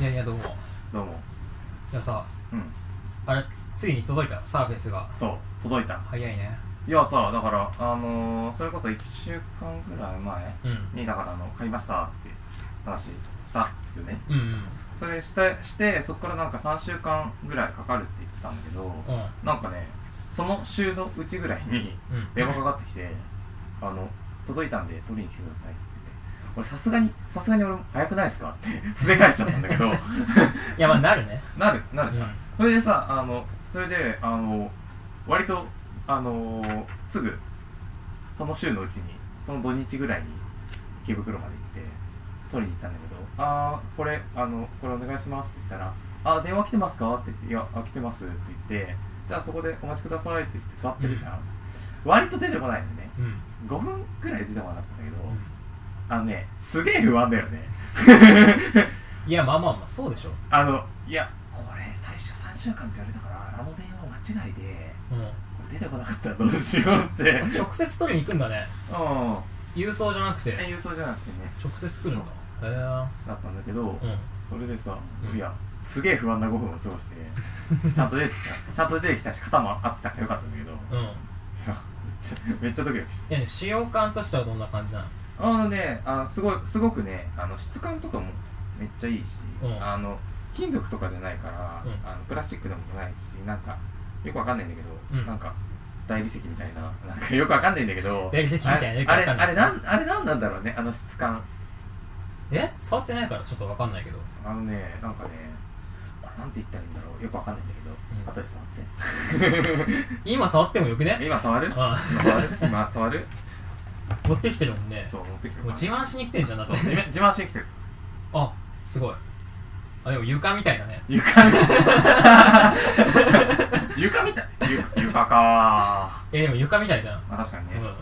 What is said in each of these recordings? いやいやどうもどうもいやさうんあれつついに届いたサーフェスがそう届いた早いねいやさだからあのー、それこそ1週間ぐらい前うんにだからあの買いましたって話したよねうんそれしてしてそこからなんか3週間ぐらいかかるって言ってたんだけどうんなんかねその週のうちぐらいにうんうん電話かかってきて「あの届いたんで取りに来てください」っつってて俺さすがにさすがに俺も早くないですかってすで返しちゃったんだけどいやまあなるねなるなるじゃんうんそれでさあのそれであの割とあのすぐその週のうちにその土日ぐらいに池袋まで行って取りに行ったんだけど「あーこれあのこれお願いします」って言ったら「あー電話来てますか?」って言って「いやあ来てます」って言って「じゃあそこでお待ちください」って言って座ってるじゃん、割と出てこないんでねうん5分くらい出てこなかったんだけど、うんあのねすげえ不安だよねいやまあまあまあそうでしょあのいやこれ最初3週間って言われたからあの電話間違いでうん出てこなかったらどうしようってうん直接取りに行くんだね郵送じゃなくてえ郵送じゃなくてね直接来るんだへだったんだけど、えうんそれでさ、うんいやすげえ不安な5分を過ごしてちゃんと出てきたち ゃんと出てきたし肩もあったからよかったんだけどいうんいやめっちゃめっちゃドキドキしてやね使用感としてはどんな感じなのあのねあのすごいすごくねあの質感とかもめっちゃいいし、うんあの金属とかじゃないから、うんあのプラスチックでもないしなんかよくわかんないんだけど、うんなんか大理石みたいななんかよくわかんないんだけど大理石みたいなよくあわれかんないあれなんあれなんなんだろうねあの質感え触ってないからちょっとわかんないけどあのねなんかねあなんて言ったらいいんだろうよくわかんないんだけど、ん後で触って今触ってもよくねえ今触るあ今触る今 触るあ持ってきてるもんねそう持ってきてるもう自慢しに来てんじゃんだっそうて 自慢自慢してきてるあすごいあでも床みたいだね床みたい 床みたい床床かえでも床みたいじゃん、まあ確かにね、うん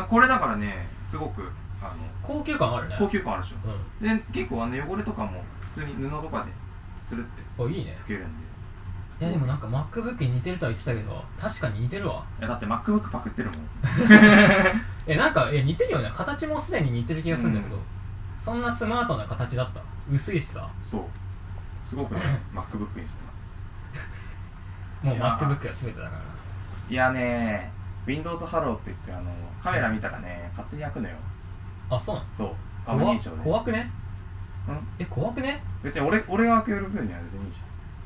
あこれだからねすごくあの高級感あるね高級感あるでしょうで結構あの汚れとかも普通に布とかでするってんあいいね拭けるんでいやでもなんか MacBook に似てるとは言ってたけど確かに似てるわいやだって MacBook パクってるもんえなんかえ似てるよね形もすでに似てる気がするんだけど、うんそんなスマートな形だった薄いしさそうすごく ね MacBook にしてますもういやー MacBook が全てだからいやね Windows ハローって言ってあのカメラ見たらね勝手に開くのよなあそうなのそう画面怖認証で怖くねうんえ怖くね別に俺俺が開ける分には別にいい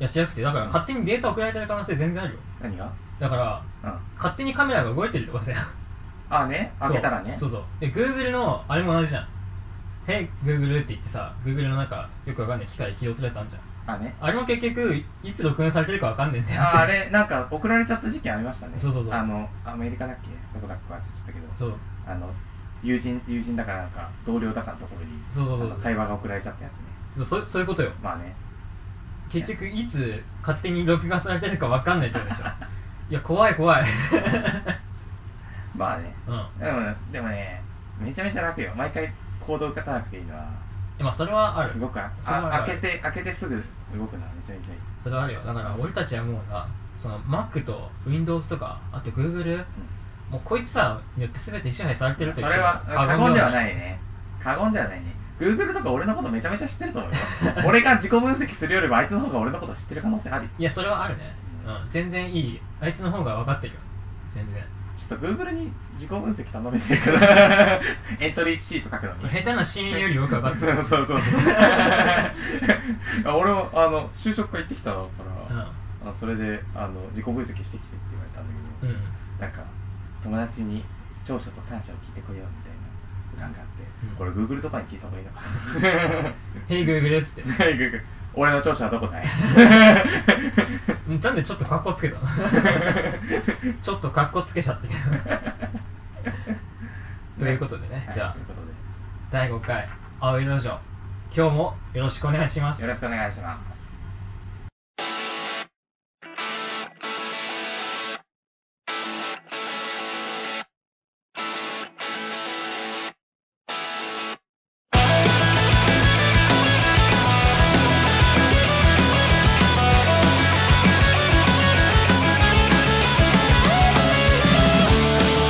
じいや違くてだから勝手にデータ送られてる可能性全然あるよゃん何がだからうん勝手にカメラが動いてるってことだよああね 開けたらねそうそうそうで Google のあれも同じじゃん「Hey Google」って言ってさ Google のなんかよくわかんない機械起動するやつあるじゃんあねあれも結局いつ録音されてるかわかんねえんだよああれなんか送られちゃった時期ありましたねそうそうそうあのアメリカだっけどこだっけ忘れちゃったけどそうあの友人友人だからなんか同僚だからのところにそうそうあそうの会話が送られちゃったやつねそうそうそういうことよまあね結局いつ勝手に録画されてるかわかんないってことでし ょいや怖い怖いまあねうんでもねでもねめちゃめちゃ楽よ毎回行動打たなくていいのはえまあそれはあるすごくあそれはあある開けて開けてすぐ動くのはめちゃめちゃいいそれはあるよだから俺たちはもうなその Mac と Windows とかあと Google、もうこいつらによって全て支配されてると言そってれもは過言ではいないね過言ではないね Google とか俺のことめちゃめちゃ知ってると思 うよ俺が自己分析するよりもあいつの方が俺のこと知ってる可能性ありいやそれはあるね、うん、全然いいあいつの方が分かってるよ全然ちょっと Google に自己分析頼めてるから エントリーシート書くのに下手な親友よりよく分かってそ る、うそ うそう俺もあの就職会行ってきたから、うあそれであの自己分析してきてって言われたんだけん、ど、うん、なんか友達に長所と短所を聞いてこようみたいななんかあって、うんこれ Google とかに聞いた方がいいのかな「ヘイグーグル」っつってはい グーグー俺の長所はどこだいうんなんでちょっと格好つけたの ちょっと格好つけちゃってる ということでね、じゃあということ第5回青色城今日もよろしくお願いしますでよろしくお願いします「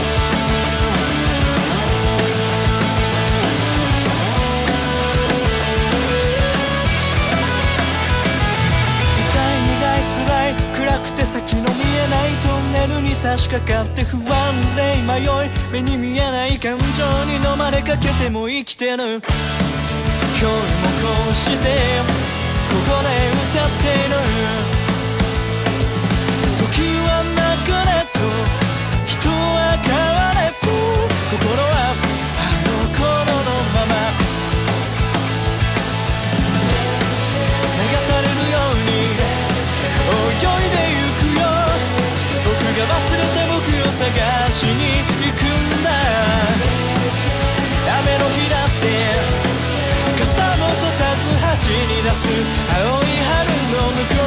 かかって不安で迷い目に見えない感情に飲まれかけても生きてる今日もこうしてここで歌っている時は流れと人は変われと心はあの頃のまま流されるように泳いでゆくよ僕が忘れた僕を探しに行くんだ雨の日だって傘もささず走り出す青い春の向こ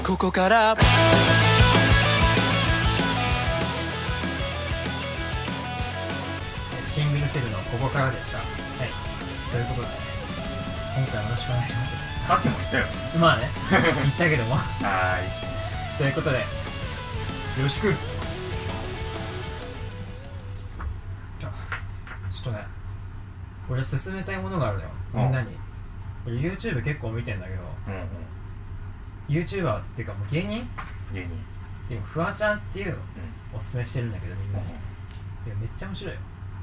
うここからシングルセルのここからでしたはいということで今回もよろしくお願いし ますさっきも言ったよまあね言ったけどもはーいということでよろしくじゃあちょっとね俺勧めたいものがあるのようんみんなに俺 YouTube 結構見てんだけどうんうん YouTuber っていうかもう芸人芸人でもフワちゃんっていうのをおすすめしてるんだけどみんなにいやめっちゃ面白いよ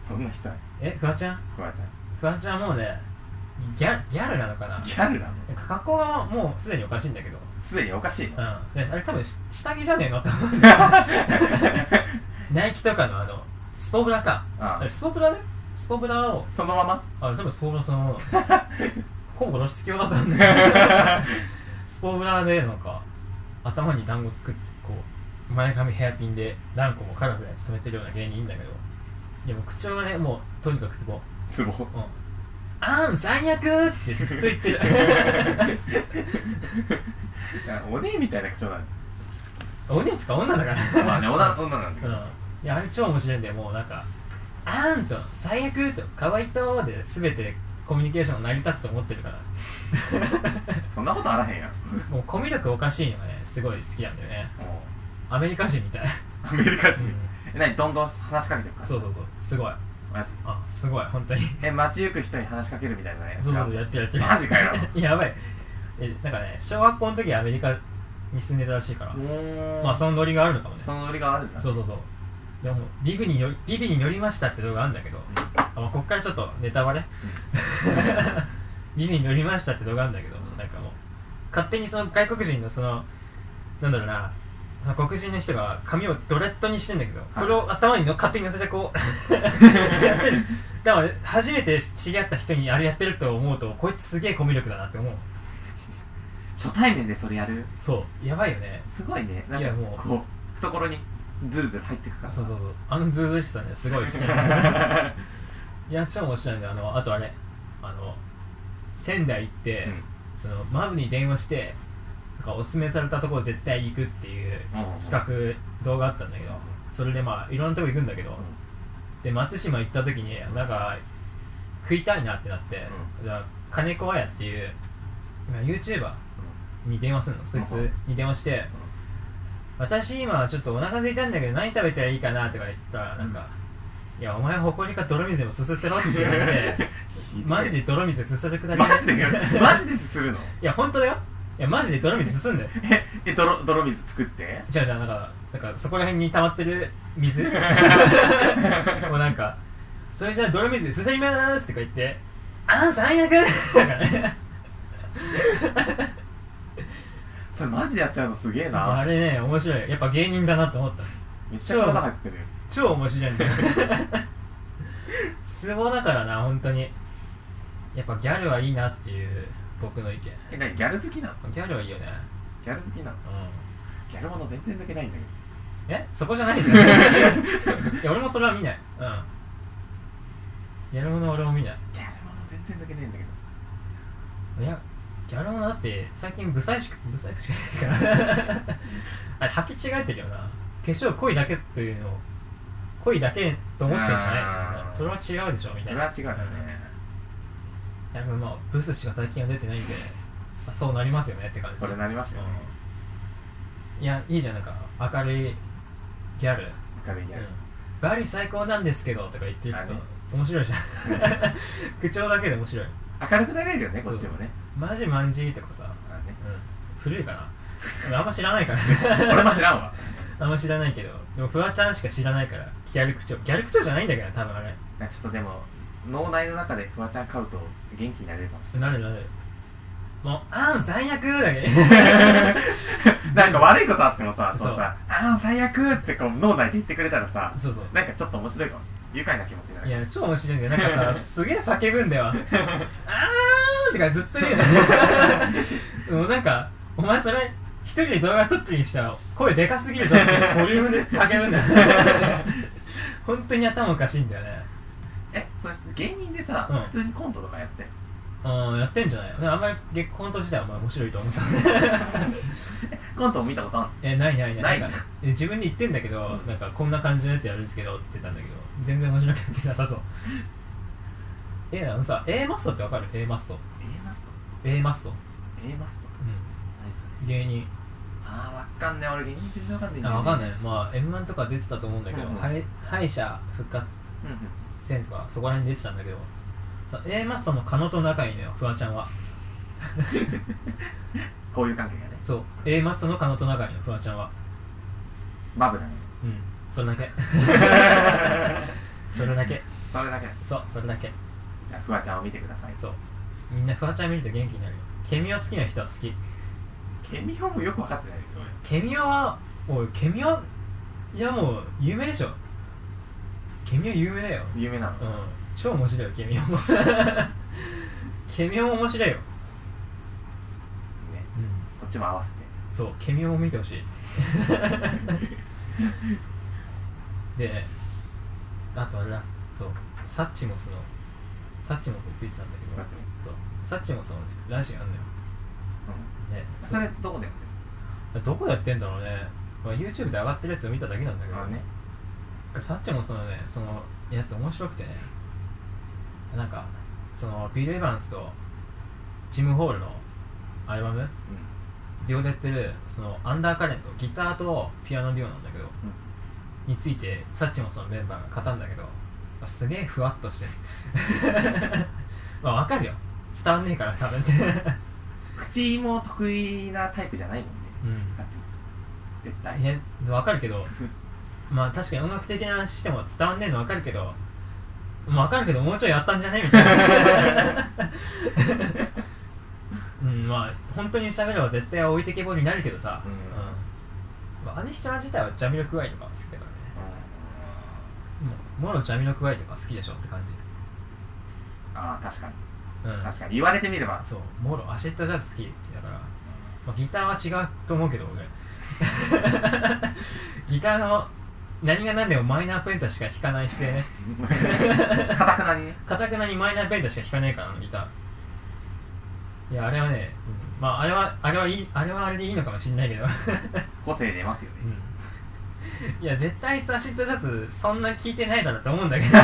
どんな人なのえフワちゃんフワちゃフワちゃんもうねギャギャルなのかなんギャルなのなんか格好がもうすでにおかしいんだけどすでにおかしいのうんであれ多分し下着じゃねえのと思うんだよ ナイキとかのあのスポブラかああれスポブラねスポブラをそのままあれ多分スポブラそのものだほぼ露出狂だったんだけどスポブラでなんか頭に団子作ってこう前髪ヘアピンで何個もカラフルに染めてるような芸人いいんだけどいやもう口調がねもうとにかくツボツボ うんあん最悪ってずっと言ってるお姉みたいな口調なのお姉つか女だからまあね女女なんだけうんどいやあれ超面白いんだよもうなんか「あん」と「最悪」と「かわいと」で全てコミュニケーションが成り立つと思ってるからそんなことあらへんやんもうコミュ力おかしいのがねすごい好きなんだよねもアメリカ人みたい、うアメリカ人うえ何どんどん話しかけてくかん、らそうそうそうすごいマジあすごい本当にえ街行く人に話しかけるみたいなやつそうそがうやってるやってるマジかよやばいえなんかね小学校の時アメリカに住んでたらしいから、もまあそそのノリがあるのかもねのノリがあるんだそうそうそうでもビビによビビに乗りましたって動画あるんだけど、あまあ、こっからちょっとネタバレ ビビに乗りましたって動画あるんだけどなんかもう勝手にその外国人のそのなんだろうなその黒人の人が髪をドレッドにしてんだけど、これを頭にの勝手に乗せてこうやってる だから初めて知り合った人にあれやってると思うとこいつすげえコミュ力だなって思う初対面でそれやるそうやばいよねすごいねなんいかやもうこう懐にズルズル入ってくから そうそうそうあのズーズーしさねすご い好きなのういや超面白いんだよあのあとあれあの仙台行って、うんそのマブに電話してなんかおすすめされたところ絶対行くっていううん企画動画あったんだけどそれでまあいろんなとこ行くんだけど、で松島行った時になんか食いたいなってなって、じゃあ金子綾っていう今 YouTuber に電話するのそいつに電話して、私今ちょっとお腹空いたんだけど何食べたらいいかなとか言ってたらなんか、いやお前ほこりか泥水でもすすってろって言わ れてマジで泥水すするくだりマジでいマジでするのや本当だよいやマジで泥水すすんだよええ泥泥水作ってじゃあじゃあなんかなんかそこら辺に溜まってる水もうなんかそれじゃあ泥水すすりまーすとか言ってあん最悪だからねそれマジでやっちゃうのすげえあなれね面白いやっぱ芸人だなと思っためっちゃ体入ってる超面白いんだよツボだからな本当にやっぱギャルはいいなっていう僕の意見え何ギャル好きなのギャルはいいよねギャル好きなのうんギャルもの全然抜けないんだけどえそこじゃないじゃんいや俺もそれは見ないうんギャルもの俺も見ないギャルもの全然抜けないんだけどいやギャルものだって最近ブサイしかブサイしかないから あれ履き違えてるよな化粧濃いだけというのを濃いだけと思ってるんじゃないあーのそれは違うでしょみそたいれなは違うよねいやでもまあブスしか最近は出てないんで、まあ、そうなりますよねって感じそれなりましたよねうんいやいいじゃんなんか明るいギャル、明るいギうんャル、バリ最高なんですけどとか言ってるあね人面白いじゃん 口調だけで面白い明るくなれるよねこっちもねマジマンジーとかさ、まあねうん、古いかな俺あんま知らないから俺も知らんわ あんま知らないけどでもフワちゃんしか知らないからギャル口調ギャル口調じゃないんだけどな多分あれなんかちょっとでも脳内の中でフワちゃん飼うと元気になれるかもしれないなるなるもう「あん最悪!」だ けなんか悪いことあってもさ、そそううさ、あー最悪ってこう脳内で言ってくれたらさ、そうそうなんかちょっと面白いかもしれない。愉快な気持ちにないる。や超面白いんだよなん かさすげえ叫ぶんだよあーってかずっと言うよね もうなんかお前それ一人で動画撮ってるにしたら声でかすぎるぞってボリュームで叫ぶんだ よ本当に頭おかしいんだよねえ、それ芸人でさ、うん普通にコントとかやって。うんやってんじゃないあんまり結婚と自体はあんまり面白いと思った コントも見たことあんのえないないないないんかえ自分で言ってんだけど、なんかこんな感じのやつやるんですけどっつってたんだけど全然面白くな さそうえあのさ A マッソってわかる ?A マッソ A マスト A マッソ ?A マストう何それん芸人あー、わかんねえ。俺芸人全然わかんねえんだよあねわかんないまあ m 1とか出てたと思うんだけど、うんうん敗敗者復活うんうん。戦とかそこら辺出てたんだけどさ A マッソの狩野と仲いいのよフワちゃんはこういう関係がね、そう A マッソの狩野と仲いいのフワちゃんはマブだ ね。うんそれだけそれ だけそれだけだ。そうそれだけじゃあ、フワちゃんを見てください。そうみんなフワちゃん見ると元気になるよケミオ好きな人は好きケミホもよくわかってないけど、俺ケミオはおいケミオいやもう有名でしょケミオ有名だよ有名なのう。ん超面白いよケミオも ケミオも面白いよね。うんそっちも合わせて。そうケミオも見て ほしいであとあれだそうサッチモスのサッチモスについてたんだけどサッチモスサッチモスのラジオあんのようねん。それ、どこでやってるどこでやってんだろうね、まあ、YouTube で上がってるやつを見ただけなんだけあどのね。サッチもそのねそのやつ面白くてねなんかそのビル・エヴァンスとジム・ホールのアルバムうデュオでやってるそのアンダーカレントギターとピアノデュオなんだけど、についてサッチもそのメンバーが語るんだけどすげえふわっとしてる まあわかるよ伝わんねえから多分ってん。口も得意なタイプじゃないもんね。うんなってます絶対いやわかるけ どまあ確かに音楽的な話しても伝わんねえのわかるけどわかるけどもうちょいやったんじゃねみたい なうんまあ本当に喋れば絶対置いてけぼりになるけどさ、うんまあ、あの人自体はジャミロクワイとか好きだからねもうもろジャミロクワイとか好きでしょって感じああ確かにうん確かに言われてみれ ばそうもろアシェットジャズ好きだから、まあ、ギターは違うと思うけど俺 ギターの何が何でもマイナーペンタしか弾かない姿勢ねかたくなにねかたくなにマイナーペンタしか弾かないからあのギターいやあれはね、うんまああれはあれはいいあれはあれでいいのかもしんないけど、個性出ますよねいや絶対あいつアシットジャズそんな聴いてないだろうと思うんだけど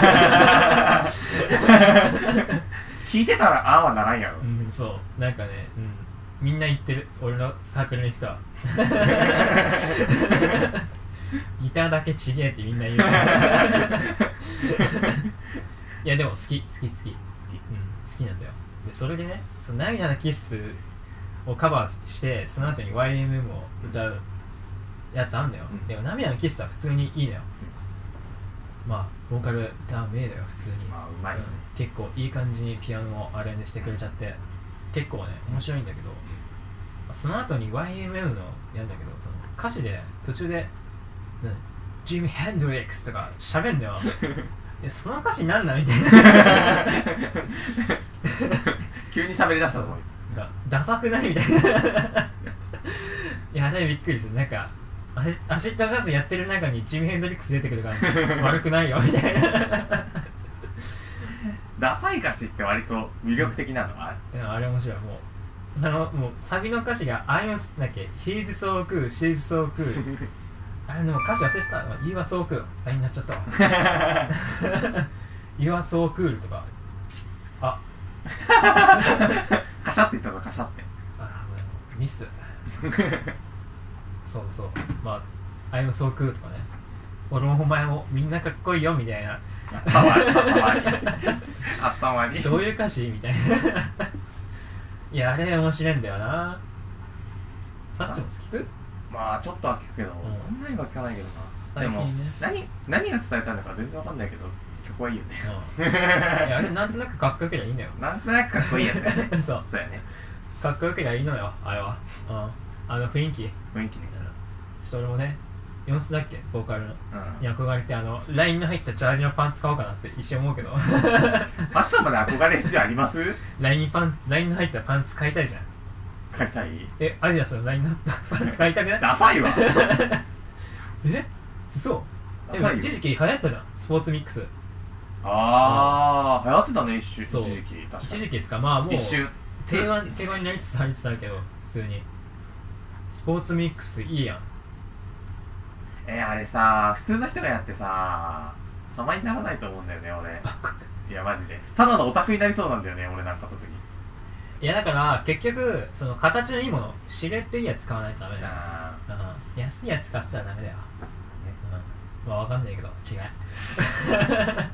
聞いてたらああはならんやろうんそうなんかね、うん、みんな言ってる俺のサークルの人 はギターだけちげえってみんな言ういやでも好き好き好き、うん、好きなんだよでそれでね「その涙のキッス」をカバーしてその後に YMM を歌うやつあんだよ、うんでも「涙のキッス」は普通にいいのよ、まあボーカル歌うめえだよ普通にまあうまいよね結構いい感じにピアノをアレンジしてくれちゃって結構ね面白いんだけどその後に YMM のやんだけどその歌詞で途中で「ねジミ・ヘンドリックス」とか喋んだよえその歌詞なんなんみたいな急に喋り出したぞがダサくないみたいないやあれびっくりするなんかアシアシッドジャズやってる中にジミ・ヘンドリックス出てくるから悪くないよみたいなダサい歌詞って割と魅力的なのはうんあれ面白いもうあのもうサビの歌詞が「あいのだっけ「平日を食うシーズを食う」あれでも歌詞忘れてた「言いはそう食う」あれになっちゃったわ「言わそうクール」とかあカシャって言ったぞカシャって あミスそうそうまあ「あいのそう食う」とかね「俺もお前もみんなかっこいいよ」みたいなあったまりあったまりあったどまういう歌詞みたいないやあれ面白いんだよなサッチも好きくりまあちょっとは聞くけど、んそんなには聞かないけどな最で近ねも何何が伝えたのか全然わかんないけど曲はいいよ ねうんいやあれなんとなくかっこよけりゃいいんだよ なんとなくかっこいいやつだよねそうそうやねかっこよけりゃいいのよあれはうんあの雰囲気ちょ雰囲気ねっと俺もね四つだっけボーカルのうんに憧れてあのラインの入ったジャージのパンツ買おうかなって一瞬思うけど ファッションまで憧れる必要ありますラインパンラインの入ったパンツ買いたいじゃん買いたいえアディダスのラインの パンツ買いたくないダサ いわえそうでもダサいよ一時期流行ったじゃんスポーツミックスああ、流行ってたね一瞬一そう時期確か一に時期つかまあもう一瞬定番定番になりつつありつつあるけど普通にスポーツミックスいいやんえー、あれさ普通の人がやってさ様にならないと思うんだよね 俺いやマジでただのオタクになりそうなんだよね俺なんか特にいやだから結局その形のいいものシルエットいいやつ買わないとダメだよあうん安いやつ買っちゃダメだよ、うん、まあわかんないけど違い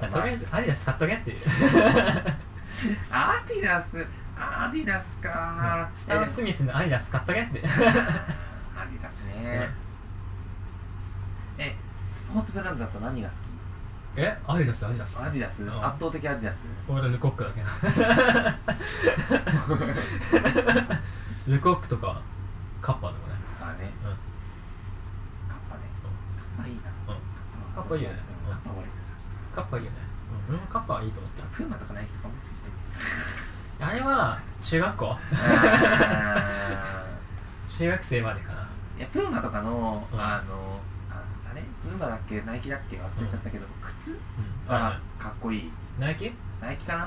ー、とりあえずアディダス買っとけっていうまあアディダスアディダスかス タン・スミスのアディダス買っとけってえーアディダスねえスポーツブランドだと何が好きえアディダスアディダスアディダスう圧ん倒的アディダス俺はルコックだけ どルコックとかカッパでもねあねうんカッパねカッパいいなうんカカッパいいよねカッパ割とカ好ッパいいよね、うん、俺もカッパはいいと思ってるきプーマとかない人かもしれあれは中学校 ないあー中学生までかないやプーマとかの、うんあのああれプーマだっけナイキだっけ忘れちゃったけど、靴うんはかっこいいナイキうんナイキかな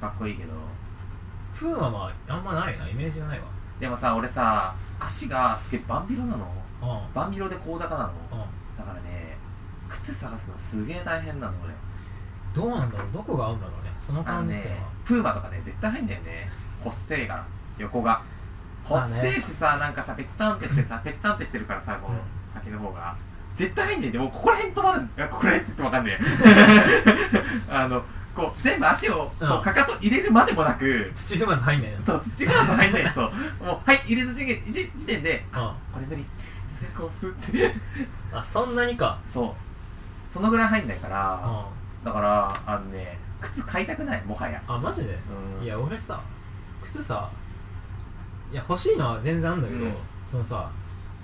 かっこいいけどプーはまああんまないなイメージがないわでもさ俺さ足がすげえバンビロなのうバンビロで高高なのんうんだからね靴探すのすげえ大変なの俺どうなんだろうどこが合うんだろうねそのあの感じっねてのはプーマとかね絶対入んだよね細いが横がまあね細いしさなんかさぺっちゃんってしてさぺっちゃんってしてるからさこうんう先の方が絶対入んねえでもうここら辺止まるんいやここら辺って言ってわかんね えあのこう全部足をこうんうかかと入れるまでもなく土踏まず入んないよそう土が入んないそうもうはい入れた時点時時点でうんこれ無理ってこうスッてあそんなにかそうそのぐらい入んないかうんらあだからあのね靴買いたくないもはやマジでうんいや俺さ靴さいや欲しいのは全然あんだけど、うんそのさ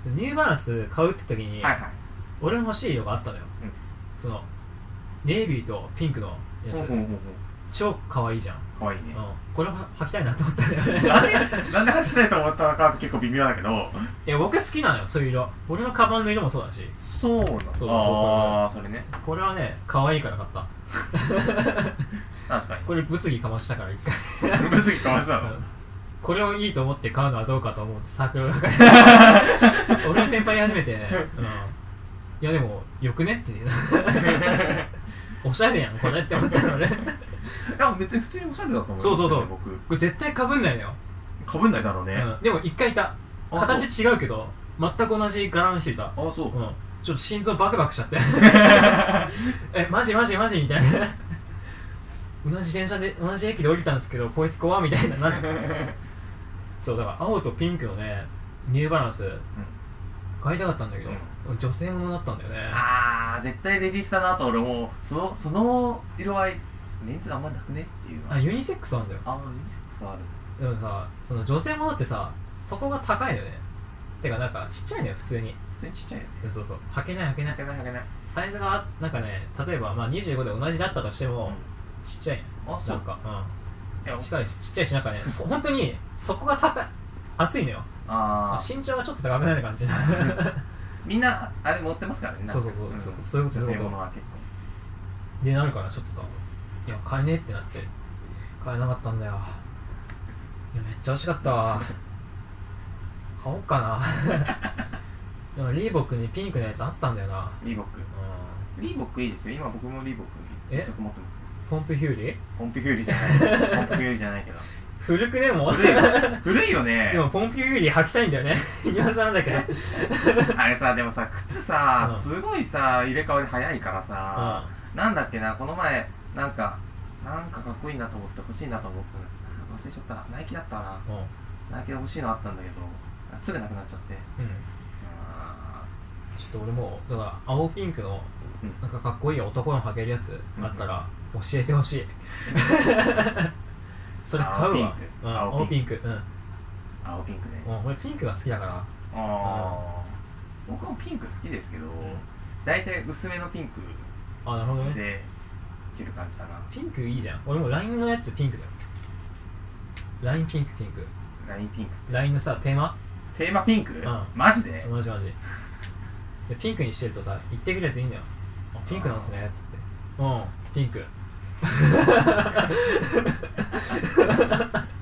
ニューバランス買うって時に、はいはい俺も欲しい色があったのよ、うんそのネイビーとピンクのやほつ、んほんほんほん超可愛いじゃん、かわいいねうん、これは履きたいなと思ったんだよね なんでなんで走りたいと思ったのか結構微妙だけどいや僕好きなのよそういう色俺のカバンの色もそうだしそうなそうああそれねこれはね可愛いから買った確かにこれ物議かましたから一回むずぎかましたのこれをいいと思って買うのはどうかと思ってサークルの中で俺の先輩に初めて、うん、いやでもよくねっていうおしゃれやんこれって思ったのねいや別に普通におしゃれだと思そうそうそう僕これ絶対かぶんないのよ、かぶんないだろうねうん、でも一回いたそう形違うけど全く同じ柄の人いた、、ああそううんちょっと心臓バクバクしちゃってえマジマジマジみたいな同じ電車で同じ駅で降りたんですけどこいつ怖っみたいななるそうだから青とピンクのねニューバランス買いたかったんだけど、女性ものだったんだよねああ絶対レディースだなと俺もそのその色合いメンズあんまなくねっていうのはあユニセックスなんだよああーそうあるでもさその女性ものってさそこが高いのよねてかなんかちっちゃいのよ普通に普通にちっちゃいよねそうそう履けない履けないけないはけないサイズがなんかね例えばまあ25で同じだったとしても、ちっちゃいあそなうんかいやうんちっちゃいしちっちゃいしなんかねそ本当にそこが高い厚いのよああ身長がちょっと高くなる感じみんなあれ持ってますからねなんかそうそうそうんそうそういうことそういうこ女性とものは結構でなるからちょっとさいや買えねえってなって買えなかったんだよいやめっちゃ欲しかったわ買おうかな でもリーボックにピンクのやつあったんだよなリーボックうんリーボックいいですよ今僕もリーボックえ一足持ってますけどポンプヒューリーポンピキューリじゃないポンピキューリじゃないけど 古くねもう古いよ古いよねでもポンプヒューリー履きたいんだよ ね今更だけどあれさでもさ靴さうんすごいさ入れ替わり早いからさなんだっけなこの前なんかなんかかっこいいなと思って欲しいなと思って忘れちゃったナイキだったかうんうんなナイキで欲しいのあったんだけどあすぐなくなっちゃってうんあちょっと俺もうだから青ピンクのうんなんかかっこいい男の履けるやつあったら教えてほしい それ買うわうん青青ピピンンクうー青ピンクねんもう俺ピンクが好きだからああ僕もピンク好きですけど大体薄めのピンクあなるほどねで着る感じだなピンクいいじゃん俺も LINE のやつピンクだよ LINE ピンクピンクラインピンク LINE のさテーマテーマピンクんマジでマジマジでピンクにしてるとさ言ってくるやついいんだよあピンクなんすねっつってうんピンク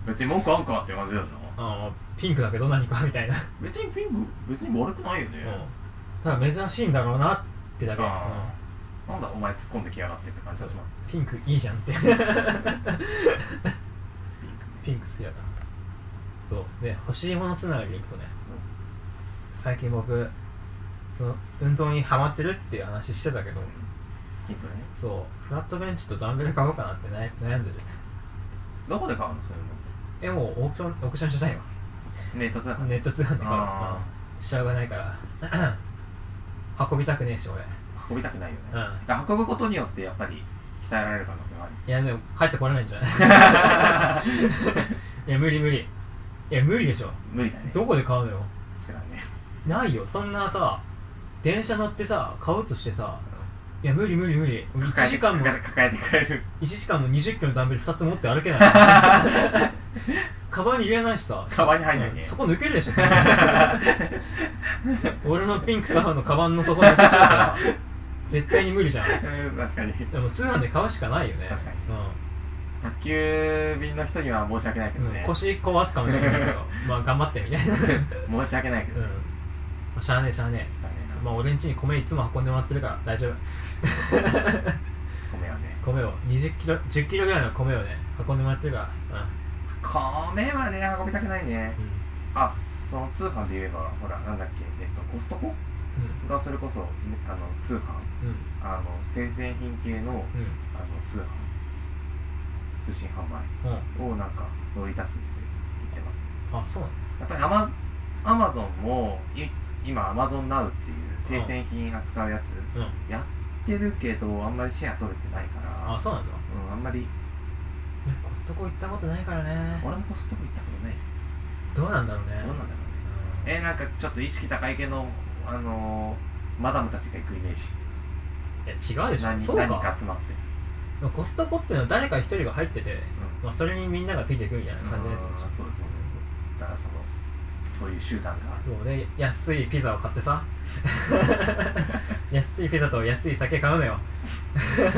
別に文句あんかって感じだよなあピンクだけど何かみたいな別にピンク別に悪くないよねうんただ珍しいんだろうなってだけ、あーなんだお前突っ込んできやがってって感じがしますうんピンクいいじゃんって ピンクねピンク好きだからそうで欲しいものつながりでいくとねそう最近僕その運動にハマってるっていう話してたけど筋トレねそうフラットベンチとダンベル買おうかなって悩悩んでるどこで買うのそういうのえもうオークションオークションしてないよネットさネット通販で買うあうんしちゃうがないから 運びたくねえし俺運びたくないよねうんだから運ぶことによってやっぱり鍛えられる可能性があるいやでも帰ってこれないんじゃない いや無理無理いや無理でしょ無理だねどこで買うのよ知らねないよそんなさ電車乗ってさ買うとしてさいや無理無理無理え1時間も抱えて抱えてくれる1時間も20キロのダンベル2つ持って歩 けないカバンに入れないしさカバンに入んないねそこ抜けるでしょ 俺のピンクと青のカバンの底抜けちゃうから絶対に無理じゃんうん確かにでも通販で買うしかないよね確かにうん宅急便の人には申し訳ないけどねうん、腰壊すかもしれないけ どまあ頑張ってみたいなうん、申し訳ないけどまあ、しゃあねえしゃあね知らねええなまあ俺んちに米いつも運んでもらってるから大丈夫米はね米を20キロ10キロぐらいの米をね運んでもらってるから米はね運びたくないねうんうん、あその通販で言えばほらなんだっけえっとコストコがそれこそねあの通販うんうんあの生鮮品系のあの通販通信販売うんをなんか乗り出すって言ってますうんあそうなやっぱりアマアマゾンもい今アマゾンナウっていう生鮮品扱うやつのうんやってるけどあんまりシェア取れてないからあそうなんだ、ね、うん、あんまりコストコ行ったことないからね俺もコストコ行ったことないどうなんだろうねどうなんだろうねうんえなんかちょっと意識高い系のあのーマダムたちが行くイメージいや違うでしょ何そう何かか集まってでもコストコっていうのは誰か一人が入ってて、まあ、それにみんながついていくみたいな感じのやつでしょうんそうですそうですだからそのそういう集団がそうね、安いピザを買って さ安いピザと安い酒買うのよ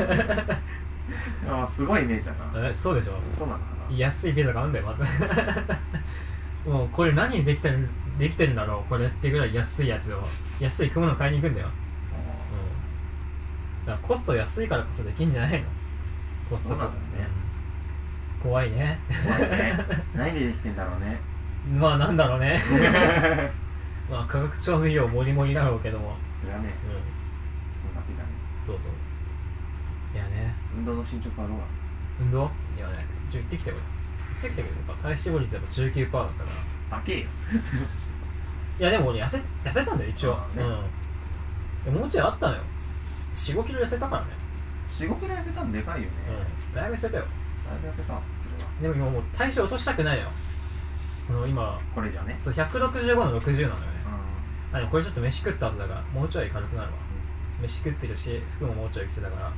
あーすごいイメージだなえそうでしょそうなのかな安いピザ買うんだよま ずもうこれ何できてるできてるんだろうこれってぐらい安いやつを安い食うもの買いに行くんだよ、うん、だからコスト安いからこそできんじゃないのコストそうコなんだねうん怖いね 怖いね何でできてんだろうねまあなんだろう ねまあ化学調味料もりもりだろうけども、それはねうん、そんなピザねそうそういやね運動の進捗はどうなの運動いやねちょ行ってきたよ行ってきたけどやっぱ体脂肪率やっぱ19%だったから高えよいやでも俺痩せ痩せたんだよ一応あ、ーねうんでもうちょいあったのよ4 5キロ痩せたからね、 45くらい痩せたのでかいよね、うん、だいぶ痩せたよだいぶ痩せたそれはでも今もう体重落としたくないよその今これじゃねそう165の60なのよねうあでもこれちょっと飯食った後だからもうちょい軽くなるわ飯食ってるし服ももうちょい着てたから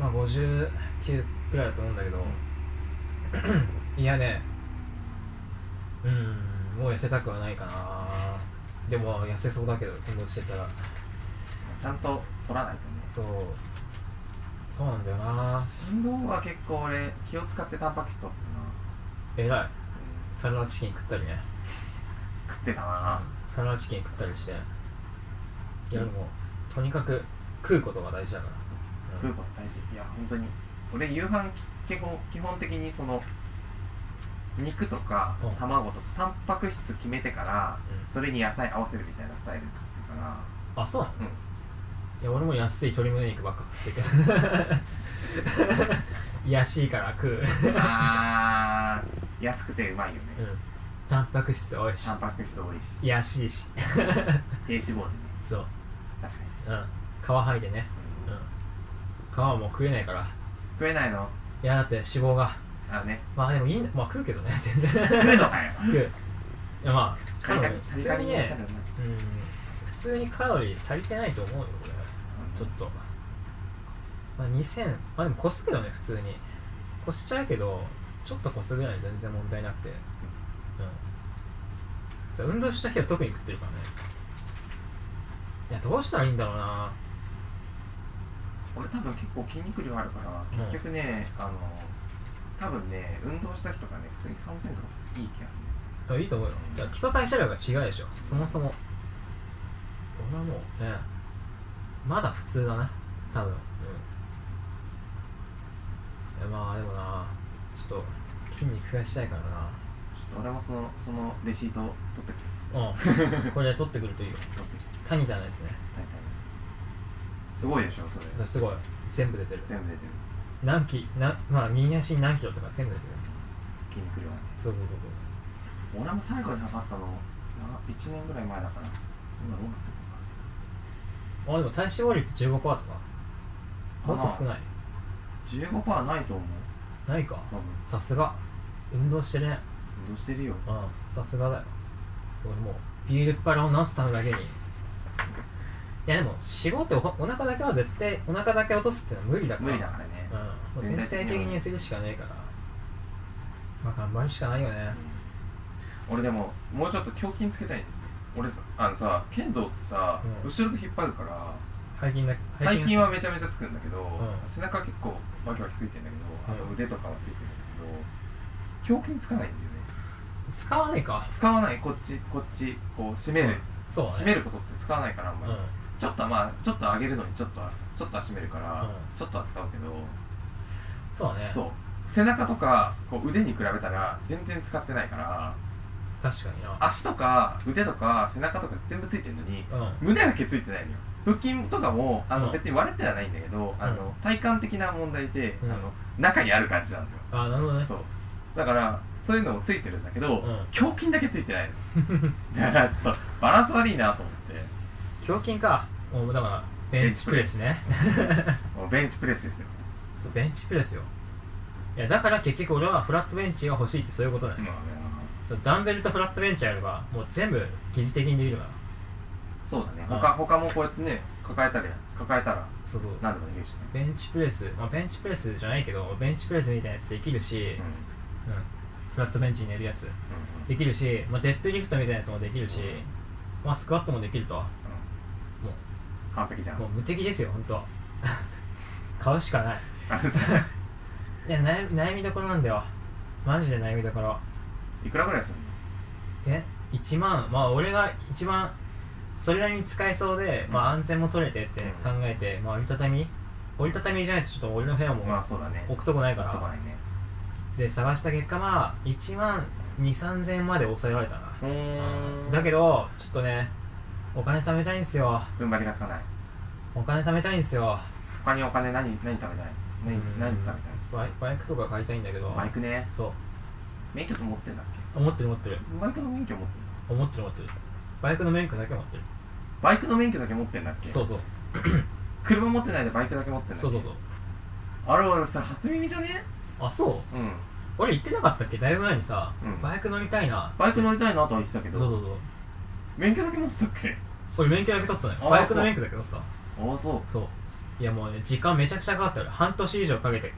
まあ59くらいだと思うんだけど いやねうんもう痩せたくはないかなでも痩せそうだけど運動してたらんちゃんと取らないとねそうそうなんだよな運動は結構俺気を使ってタンパク質取ったなえらいサラダチキン食ったりね食ってたなサラダチキン食ったりしていやでもとにかく食うことが大事だから食うこと大事いや本当に俺夕飯基本基本的にその肉とかうん卵とかタンパク質決めてからうそれに野菜合わせるみたいなスタイルで作ってるからあそうなの、うんいや俺も安い鶏胸肉ばっか食ってる けど安いから食う、 あー安くてうまいよねうん、タンパク質多いしタンパク質多いし癒やしいし低脂肪でねそう確かにうん皮剥いてねうん皮はもう食えないから食えないのいやだって脂肪があのねまあでもいいんだまあ食うけどね全然 食うのかよ食ういやまあ多分カ普リカ通リにになるねなうん普通にカロリー足りてないと思うよこれちょっと、まあ、2000まあでも越すけどね普通に越しちゃうけどちょっと越すぐらいで全然問題なくてうんじゃあ運動した日は特に食ってるからねいやどうしたらいいんだろうな俺多分結構筋肉量あるからうん結局ねあの多分ね運動した日とかね普通に3000とかいい気がすあいいと思うよだから基礎代謝量が違うでしょそもそも俺はもうねまだ普通だな多分うんいやまあでもなちょっと筋肉増やしたいからなるちょっと俺もそのそのレシートを取ってくるうん これ取ってくるといいよ取ってくるタニタのやつね大体すごいでしょそれそうすごい全部出てる全部出てる何キなまあ右足に何キロとか全部出てる筋肉量はねそうそうそう俺も最後に測ったのな1年ぐらい前だから今どうなってるのかそうあでも体脂肪率15%とかもっと少ない15%ないと思うないか多分さすが運動してね運動してるようんさすがだよ俺もうビールっ腹をなすためだけにいやでも脂肪っておお腹だけは絶対お腹だけ落とすってのは無理だから無理だからね、うん、もう全体的に痩せるしかねえからまあ頑張るしかないよね俺でももうちょっと胸筋つけたいんだよ俺さあのさ剣道ってさ、うん後ろで引っ張るから背筋だ背筋はめちゃめちゃつくんだけど、ん背中結構バキバキついてんだけど、あうとん腕とかはついてるんだけど胸筋つかないんだよね使わねえか使わないこっちこっちこう締めるそうだね締めることって使わないからあんうまんり、ちょっとはまあちょっと上げるのにちょっとはちょっとは締めるから、うんちょっとは使うけどそうだねそう背中とかこう腕に比べたら全然使ってないから確かにな足とか腕とか背中とか全部ついてるのにうん胸だけついてないのよ腹筋とかもあうのん別に割れてはないんだけど、あの体感的な問題で、うんあの中にある感じなんだよあなるほどねそうだからそういうのもついてるんだけど、うん胸筋だけついてないのだからちょっとバランス悪いなと思って胸筋かもうだからベンチプレスねもうベンチプレスですよ、そうベンチプレスよいやだから結局俺はフラットベンチが欲しいってそういうことだよ、まあそうダンベルとフラットベンチあればもう全部疑似的にできるからそうだねうん他他もこうやってね抱えたり抱えたらそうそう何でもできるしね、ベンチプレス、まあ、ベンチプレスじゃないけどベンチプレスみたいなやつできるし、うんううんんフラットベンチに寝るやつうんできるし、まあ、デッドリフトみたいなやつもできるし、うんまあ、スクワットもできるとうん完璧じゃんもう無敵ですよ本当 買うしかないあれじゃないいや悩み悩みどころなんだよマジで悩みどころいくらぐらいするのえ1万まあ俺が一番それなりに使えそうで、まあ、安全も取れてって考えて、まあ、折りたたみ折りたたみじゃないとちょっと俺の部屋もまあそうだね置くとこないかとからないねで探した結果まあ1万23000まで抑えられたなうーんだけどどちょっとねお金貯めたいんすよ踏ん張りがつかないお金貯めたいんすよ他にお金何何食べたい何うん何食べたいバイバイクとか買いたいんだけどバイクねそ免許と持ってんだっけう思ってる持ってるバイクの免許持ってんの思ってる持ってるバイクの免許だけ持ってるバイクの免許だけ持ってんだっけそうそう車持ってないでバイクだけ持ってんだっけそうそうそうあれ俺それ初耳じゃねあそううん俺言ってなかったっけだいぶ前にさ、うんバイク乗りたいなバイク乗りりたいなとは言ってたけそうそどうそう免許だけ持ってたっけ俺免許だけ取ったのよあバイクの免許だけ取ったああそそういやもうね時間めちゃくちゃかかったよ半年以上かけて う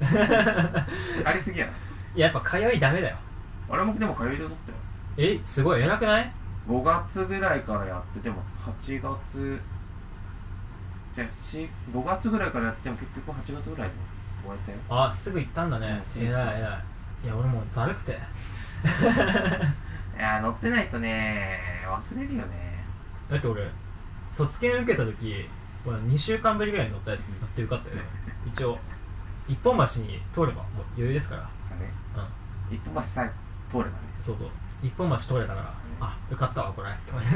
ありすぎやないややっぱ通いダメだよ俺もでも通いで取ったよえすごい偉くない5月ぐらいからやってても8月じゃあし5月ぐらいからやっても結局8月ぐらいで終えたよあすぐ行ったんだねうん偉い偉いいや俺もうだるくていやー乗ってないとね忘れるよねだって俺卒検受けた時俺2週間ぶりぐらいに乗ったやつに乗って受か ったよね一応一本橋に通ればもう余裕ですからあね一本橋さえ通ればねそうそう一本橋通れたからあ受かったわこれ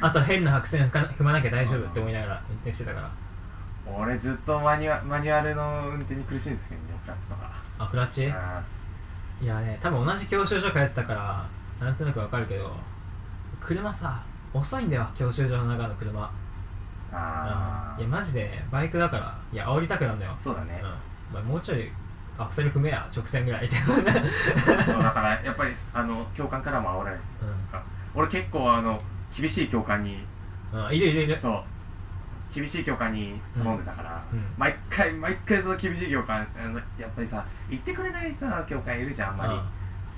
あと変な白線踏か踏まなきゃ大丈夫って思いながら運転してたから俺ずっとマニュアマニュアルの運転に苦しいんですけどねクラップとかあクラッチあいやね多分同じ教習所通ってたからなんとなくわかるけど車さ遅いんだよ教習所の中の車あうんいやマジでバイクだからいや煽りたくなんだよあ、そうだね、うんまあ、もうちょいアクセル踏めや直線ぐらいで、 そうだからやっぱりあの教官からも煽られるう俺結構あの厳しい教官にんうん、いるいるいるそう厳しい教官に頼んでたから、うんうん毎回毎回その厳しい教官あのやっぱりさ言ってくれないさ教官いるじゃんあんまり、うん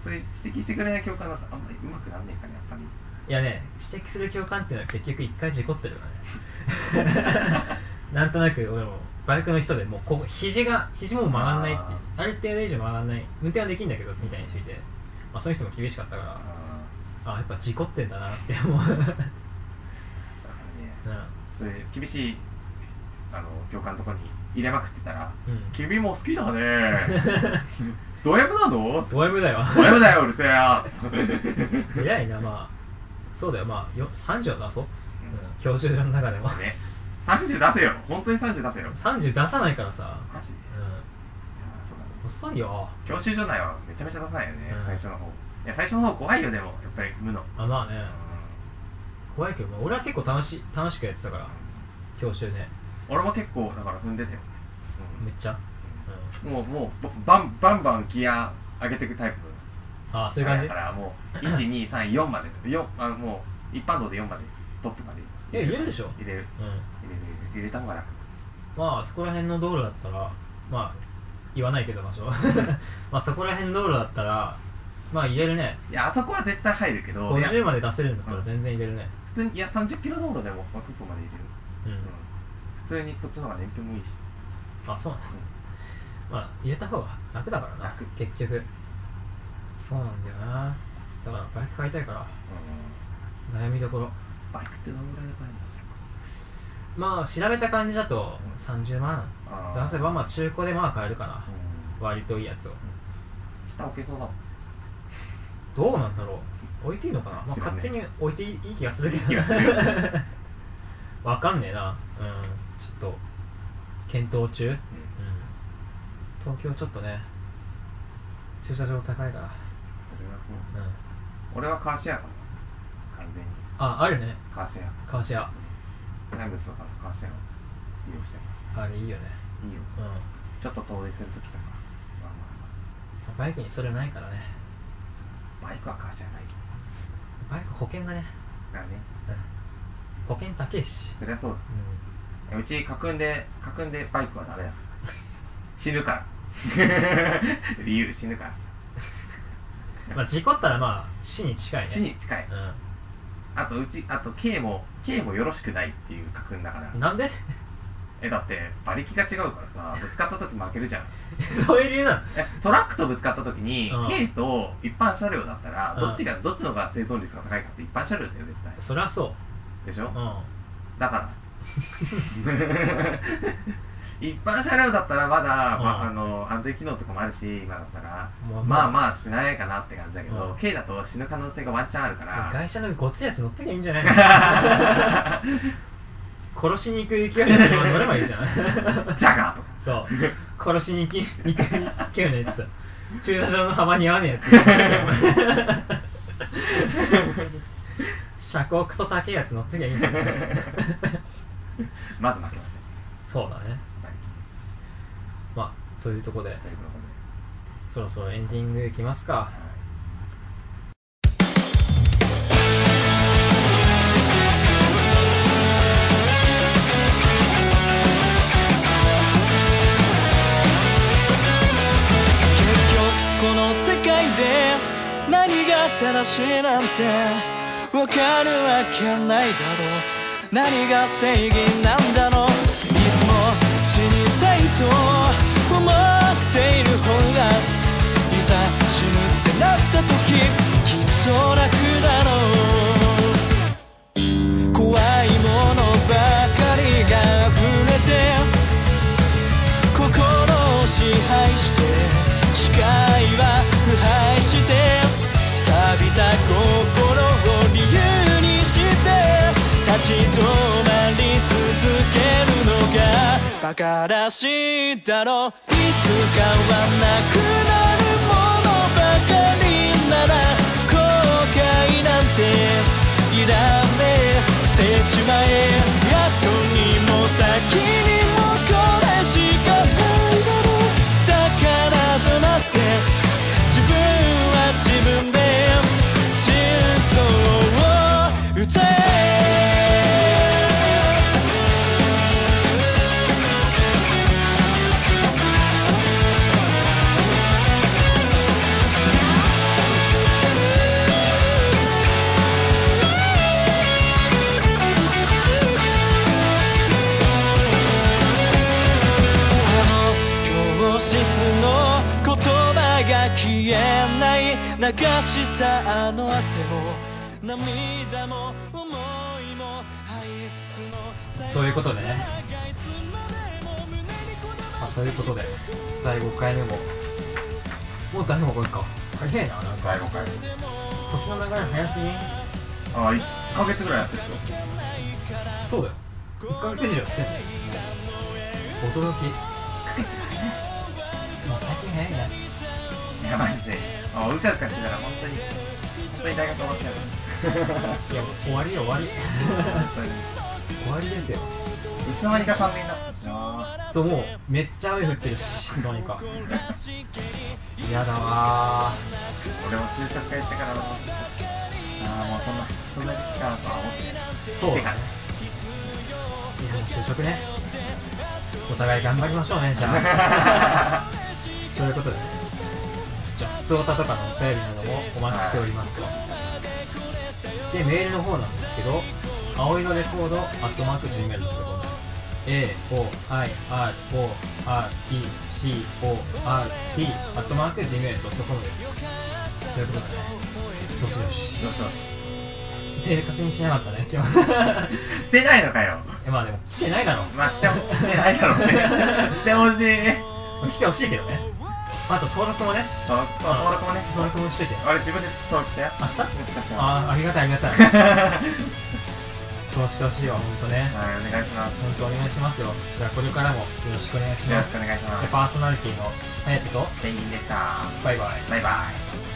そういう指摘してくれない教官だとあんまりうまくなんねえかねやっぱりいやね指摘する教官っていうのは結局一回事故ってるからね なんとなく俺もバイクの人でもうここ肘が肘も曲がんないってあある程度以上曲がんない運転はできんだけどみたいにしていて、まあ、その人も厳しかったからああやっぱ事故ってんだなって思う、うーだからねんそういう厳しいあの教官のとこに入れまくってたらう「ん、君も好きだ ねド M なのド M だよド M だようるせえよ」偉いなまあそうだよまあよ30を出そう、うん、教習所の中でもね30出せよ本当に30出せよ30出さないからさ、マジでうあーそうだねん、遅いよ教習所内はめちゃめちゃ出さないよね、うん最初の方いや最初の方怖いよでもやっぱり無の、あまあね怖いけど、まあ、俺は結構楽し楽しくやってたから教習ね俺も結構だから踏んでたよ、めっちゃ、うんもうもうバンバンバンギア上げていくタイプうん、ああそういう感じだからもう1234までよあのもう一般道で4までトップまでえ入れるでしょ入れるうん入れる入れる入れた方が楽まあそこら辺の道路だったらまあ言わないけど場所 まあそこら辺道路だったらまあ入れるねいやあそこは絶対入るけどいや50まで出せるんだったら全然入れるね普通にいや30キロ道路でもトップまで入うれる、ん、うん普通にそっちの方が燃費もいいしあそうなんだまあ入れた方が楽だからな楽結局そうなんだよなだからバイク買いたいからうん悩みどころバイクってどのぐらいで買えるのそれこそまあ調べた感じだと30万あー出せばまあ中古でまあ買えるかなうん割といいやつを下置けそうだもんどうなんだろう置いていいのかな、まあ、知らね勝手えに置いていい気がするけいい気どがするよ わかんねえなうんちょっと検討中、うん、東京ちょっとね駐車場高いから、それはそううん、俺はカーシェアかな完全にああるねカーシェアカーシェア大仏とかのカーシェアを利用してますあれいいよねいいようんちょっと遠出するときとか、まあバイクにそれないからねまあ、バイクはカーシェアないバイク保険がねだね保険高いし、そりゃそううん、だうち家訓で家訓でバイクはダメだ死ぬから 理由死ぬから、まあ事故ったらまあ死に近いね死に近いあとうちあと刑も刑もよろしくないっていう家訓だからうん、なんで えだって馬力が違うからさぶつかったとき負けるじゃんそういう理由なのえトラックとぶつかった時に、うん軽と一般車両だったら、うんどっちがどっちのが生存率が高いかって一般車両だよ絶対そりゃそでしょ、ううんだから 一般車両だったらまだ、まうあ、んあの安全機能とかもあるし今だったら、もうまあまあしないかなって感じだけうどん軽、だと死ぬ可能性がワンチャンあるから外車のごついやつ乗っときゃいいんじゃないの 殺しに行く勢いの車乗ればいいじゃんジャガーとか そう殺しに行き行く勢いのやつ駐車場の幅に合わねえやつ車高クソ高えやつ乗っときゃいいんだよまず負けませんそうだね馬力まあというとこでということでそろそろエンディングいきますか結局この世界で何が正しいなんてわかるわけないだろう何が正義なんだろういつも死にたいと思っている方がいざ死ぬってなった時きっと楽だろう怖いものばかりが溢れて心を支配して視界は腐敗して錆びた心を理由にして立ち止まり続けるのが馬鹿らしいだろういつかはなくなるものばかりなら後悔したあの汗も涙も思いもあいつの最後ということでね長いつまでも胸にこだままあ、そういうことで第5回目ももう第5回か早いななんか第5回時の流れ早すぎんああ1ヶ月ぐらいやってるとそうだよ1ヶ月以上やってんだよ 驚きもう最近早いねいやマジであうかうかしてたら本当に本当に大学終わっちゃういや終わりよ終わり本当にい終わりですよつの間にか3年になってきたなそうもうめっちゃ雨降ってるしどうにか嫌だわ俺も就職会行ってからだもんああもうそんなそんな時期かなとは思ってーそうだねいやもう就職ねお互い頑張りましょうねじゃあ ということでねじゃあ普通歌とかのお便りなどもお待ちしておりますと、でメールの方なんですけど青色レコードアットマーク Gmail.com aoirorecord アットマーク Gmail.com ですということでねどしどしよしよしメール確認してなかったね今日してないのかよえまあでも来てないだろまあ来ても来てないだろうね来てほしい来てほしいけどねあと登録もねそうそう登録もね登録もしといて俺自分で登録したよ明日うんしたしたああありがたいありがたいそうしてほしいわ本当ねはいお願いします本当お願いしますよじゃあこれからもよろしくお願いしよろましすくお願いしまですパーソナリティの颯とペンギンでしたバイバイバイバイ